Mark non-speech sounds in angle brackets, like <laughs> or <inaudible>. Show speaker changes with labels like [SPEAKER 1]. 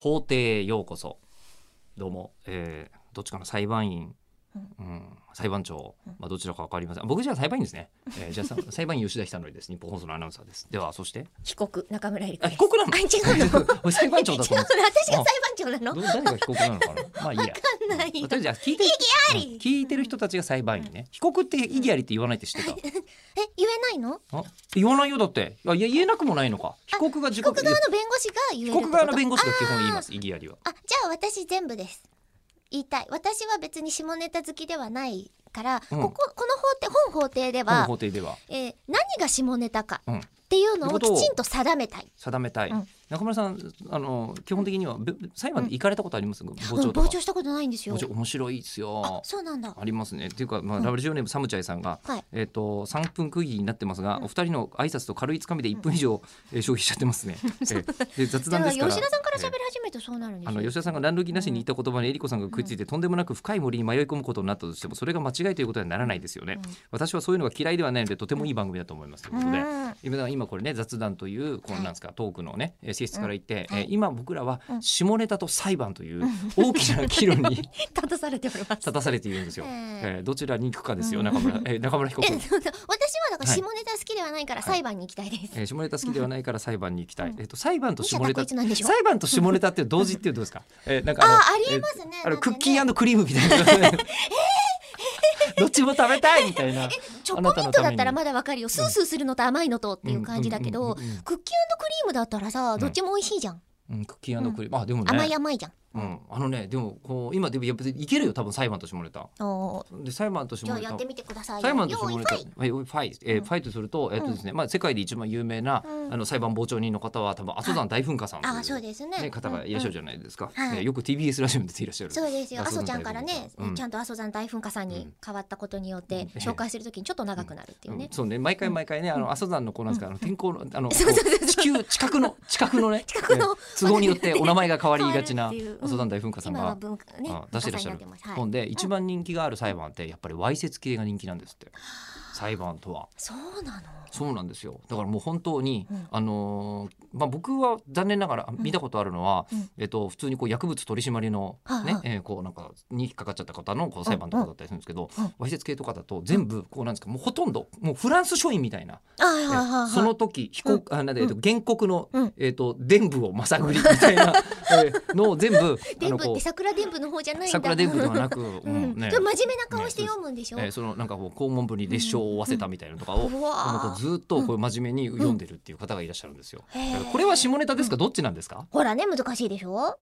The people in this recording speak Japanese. [SPEAKER 1] 法廷へようこそどうも、えーどっちかの裁判員、
[SPEAKER 2] うん
[SPEAKER 1] うん裁判長
[SPEAKER 2] うん、
[SPEAKER 1] まあ、どちらか分かりません僕じゃあ裁判員ですね、えーじゃあさ裁判員吉田久典です日本放送のアナウンサーですではそして
[SPEAKER 2] 被告中村ゆり子
[SPEAKER 1] あ
[SPEAKER 2] で
[SPEAKER 1] 被
[SPEAKER 2] す
[SPEAKER 1] 告なの
[SPEAKER 2] <laughs> あ違うの違うの
[SPEAKER 1] 俺裁判長だ
[SPEAKER 2] 私
[SPEAKER 1] と思っ
[SPEAKER 2] が
[SPEAKER 1] て
[SPEAKER 2] 裁判長なの
[SPEAKER 1] ど誰が被告なのかなまあいいや
[SPEAKER 2] わかんない
[SPEAKER 1] とりあえずじゃあ聞いてる
[SPEAKER 2] あり
[SPEAKER 1] うん聞いてる人たちが裁判員ね被告って意義ありって言わないって知ってた
[SPEAKER 2] え言えないの
[SPEAKER 1] あ言わないよだっていやいや言えなくもないのか被告が自
[SPEAKER 2] 被
[SPEAKER 1] 己
[SPEAKER 2] 告側の弁護士が言える
[SPEAKER 1] 被
[SPEAKER 2] ってこと
[SPEAKER 1] 告側の弁護士が基本言いますす意義ありは
[SPEAKER 2] あじゃあ私全部です言いたい私は別に下ネタ好きではないから、
[SPEAKER 1] うん
[SPEAKER 2] こここの法廷本法廷で
[SPEAKER 1] 本
[SPEAKER 2] は、
[SPEAKER 1] 法廷では
[SPEAKER 2] えー何が下ネタか
[SPEAKER 1] うん
[SPEAKER 2] っていうの
[SPEAKER 1] って
[SPEAKER 2] を
[SPEAKER 1] こ
[SPEAKER 2] き
[SPEAKER 1] とを
[SPEAKER 2] ちんと定めたい
[SPEAKER 1] 定めたい、
[SPEAKER 2] うん
[SPEAKER 1] 中村さんあの基本的にはべ裁判で行かれたことあります、傍
[SPEAKER 2] う
[SPEAKER 1] 聴
[SPEAKER 2] ん
[SPEAKER 1] とか
[SPEAKER 2] 傍聴したことないんですよ
[SPEAKER 1] 傍聴面白いです
[SPEAKER 2] あ
[SPEAKER 1] よ
[SPEAKER 2] そうなんだ
[SPEAKER 1] ありますねっていうか、まあ
[SPEAKER 2] うん
[SPEAKER 1] ラブジオネームサムチャイさんが、
[SPEAKER 2] はい
[SPEAKER 1] えっ、と3分区切りになってますが、
[SPEAKER 2] うん
[SPEAKER 1] お二人の挨拶と軽いつかみで1分以上、えー消費しちゃってます
[SPEAKER 2] <laughs>
[SPEAKER 1] ね、えーで雑
[SPEAKER 2] だか
[SPEAKER 1] 談
[SPEAKER 2] ら
[SPEAKER 1] ですか
[SPEAKER 2] 吉
[SPEAKER 1] ら
[SPEAKER 2] 田さんから
[SPEAKER 1] えー
[SPEAKER 2] 喋り始めるとそうなるんですよ
[SPEAKER 1] あの吉田さんが乱気なしに言った言葉にえりこさんが食いついてとんでもなく深い森に迷い込むことになったとしてもそれが間違いということにはならないですよね、
[SPEAKER 2] うん
[SPEAKER 1] 私はそういうのが嫌いではないのでとてもいい番組だと思いますということで、
[SPEAKER 2] うん
[SPEAKER 1] 今今これね雑談というこうなんですか、トークのねえー性質から言って、
[SPEAKER 2] うん
[SPEAKER 1] えー今僕らは
[SPEAKER 2] うん
[SPEAKER 1] 下ネタと裁判という大きな議論に
[SPEAKER 2] 立たされております
[SPEAKER 1] 立たされているんですよ。
[SPEAKER 2] えー
[SPEAKER 1] えーどちらに行くかですよ
[SPEAKER 2] うん
[SPEAKER 1] 中村、えー中村被告
[SPEAKER 2] え。そうだ私はだから
[SPEAKER 1] はい
[SPEAKER 2] 下ネタ好きではないから
[SPEAKER 1] はい
[SPEAKER 2] 裁判に行きたいです。
[SPEAKER 1] えー下ネタ好きではないから裁判に行きたい。
[SPEAKER 2] うん
[SPEAKER 1] えっと裁判と下ネタ
[SPEAKER 2] 二者択一なんでしょ
[SPEAKER 1] 裁判と下ネタって同時ってどうですか。えーなんかの
[SPEAKER 2] あありえますね。
[SPEAKER 1] あ
[SPEAKER 2] なん
[SPEAKER 1] の
[SPEAKER 2] か
[SPEAKER 1] ク
[SPEAKER 2] ね
[SPEAKER 1] ッキークリームみたいな。どっちも食べたいみたいな。
[SPEAKER 2] チョコミ
[SPEAKER 1] あなた
[SPEAKER 2] ン
[SPEAKER 1] の
[SPEAKER 2] ト
[SPEAKER 1] ため
[SPEAKER 2] だっ
[SPEAKER 1] に
[SPEAKER 2] たらまだわかるよ。スースーするのと甘いのとっていう感じだ
[SPEAKER 1] う
[SPEAKER 2] け
[SPEAKER 1] んうん
[SPEAKER 2] ど、
[SPEAKER 1] う
[SPEAKER 2] ク
[SPEAKER 1] んう
[SPEAKER 2] ッキ
[SPEAKER 1] ん
[SPEAKER 2] ークリームだったらさ、どっちも美味しいじゃん。
[SPEAKER 1] うん、クッキークリーム。あでもね。
[SPEAKER 2] 甘い甘いじゃん。
[SPEAKER 1] うん、あのねでもこう今でもやっぱりいけるよ多分裁判と下ネタ。
[SPEAKER 2] おー
[SPEAKER 1] で裁判と
[SPEAKER 2] じ
[SPEAKER 1] 下
[SPEAKER 2] ゃあ
[SPEAKER 1] ネ
[SPEAKER 2] や
[SPEAKER 1] タ
[SPEAKER 2] って。みてくださいよ。
[SPEAKER 1] 裁判と下
[SPEAKER 2] よ
[SPEAKER 1] ネ
[SPEAKER 2] ーい
[SPEAKER 1] タ
[SPEAKER 2] ファ
[SPEAKER 1] ファ
[SPEAKER 2] イ
[SPEAKER 1] イファイ,、えーファイとすると,、えーとですねまあ、世界で一番有名な、
[SPEAKER 2] うん
[SPEAKER 1] あの裁判傍聴人の方は多分阿蘇山大噴火さんという,、
[SPEAKER 2] あそうですね。
[SPEAKER 1] 方がいらっしゃるじ
[SPEAKER 2] ゃん。
[SPEAKER 1] ゃないですか、
[SPEAKER 2] うんうんはい
[SPEAKER 1] えーよく TBS ラジオに出ていらっしゃる
[SPEAKER 2] そうですよ。
[SPEAKER 1] 阿
[SPEAKER 2] 阿
[SPEAKER 1] 蘇山
[SPEAKER 2] 蘇ちゃんからね、
[SPEAKER 1] 大噴火さんうん
[SPEAKER 2] ちゃんと阿蘇山大噴火さんに変わったことによって、
[SPEAKER 1] うん
[SPEAKER 2] 紹介するときにちょっと長くなるっていうね
[SPEAKER 1] ん。そうね毎回毎回ね、あの阿蘇山のこうなんですか、あの天候のあのこ
[SPEAKER 2] そうそうそう
[SPEAKER 1] う地球地殻の地殻のね
[SPEAKER 2] <laughs> 地殻の
[SPEAKER 1] えー都合によってお名前が変わりがちな
[SPEAKER 2] <laughs> 変わるっていううん
[SPEAKER 1] 阿蘇山大噴火さん
[SPEAKER 2] 今は
[SPEAKER 1] が、
[SPEAKER 2] 文化ね
[SPEAKER 1] あ、出してらっしゃる
[SPEAKER 2] 火災になってますはい
[SPEAKER 1] 本で、一番人気がある裁判ってやっぱりわいせつ系が人気なんですって、裁判とは。
[SPEAKER 2] そうなの。
[SPEAKER 1] そうなんですよだからもう本当に、
[SPEAKER 2] うん
[SPEAKER 1] あのーまあ、僕は残念ながら見たことあるのは、
[SPEAKER 2] うん
[SPEAKER 1] えっと、普通にこう薬物取締りの、
[SPEAKER 2] はあ
[SPEAKER 1] ね
[SPEAKER 2] はあ
[SPEAKER 1] えーこうなんかに引っかかっちゃった方のこう裁判とかだったりするんですけど
[SPEAKER 2] うんうん
[SPEAKER 1] わいせつ系とかだと全部こうなんですかもうほとんどもうフランス書院みたいな、
[SPEAKER 2] あはいはいはいは
[SPEAKER 1] えー
[SPEAKER 2] い。
[SPEAKER 1] その時被告、あなんだえっと原告の、
[SPEAKER 2] うん
[SPEAKER 1] えっと伝部をまさぐりみたい
[SPEAKER 2] <laughs>
[SPEAKER 1] な、えーのを全部あ
[SPEAKER 2] 伝
[SPEAKER 1] の
[SPEAKER 2] 部っ
[SPEAKER 1] こ
[SPEAKER 2] て
[SPEAKER 1] う
[SPEAKER 2] 桜伝部の方じゃないんだ
[SPEAKER 1] 桜伝部ではな
[SPEAKER 2] <laughs>
[SPEAKER 1] く、
[SPEAKER 2] う
[SPEAKER 1] も
[SPEAKER 2] ん
[SPEAKER 1] うね
[SPEAKER 2] それ真面目な顔して読むんでしょ、
[SPEAKER 1] えーそのなんかこう肛門部に列車を負わせたみたいなのとかを、
[SPEAKER 2] うわー
[SPEAKER 1] あのこうずっとこう真面目に読んでるっていう方がいらっしゃるんですよ。
[SPEAKER 2] へー
[SPEAKER 1] これは下ネタですか、どっちなんですか？
[SPEAKER 2] ほらね難しいでしょ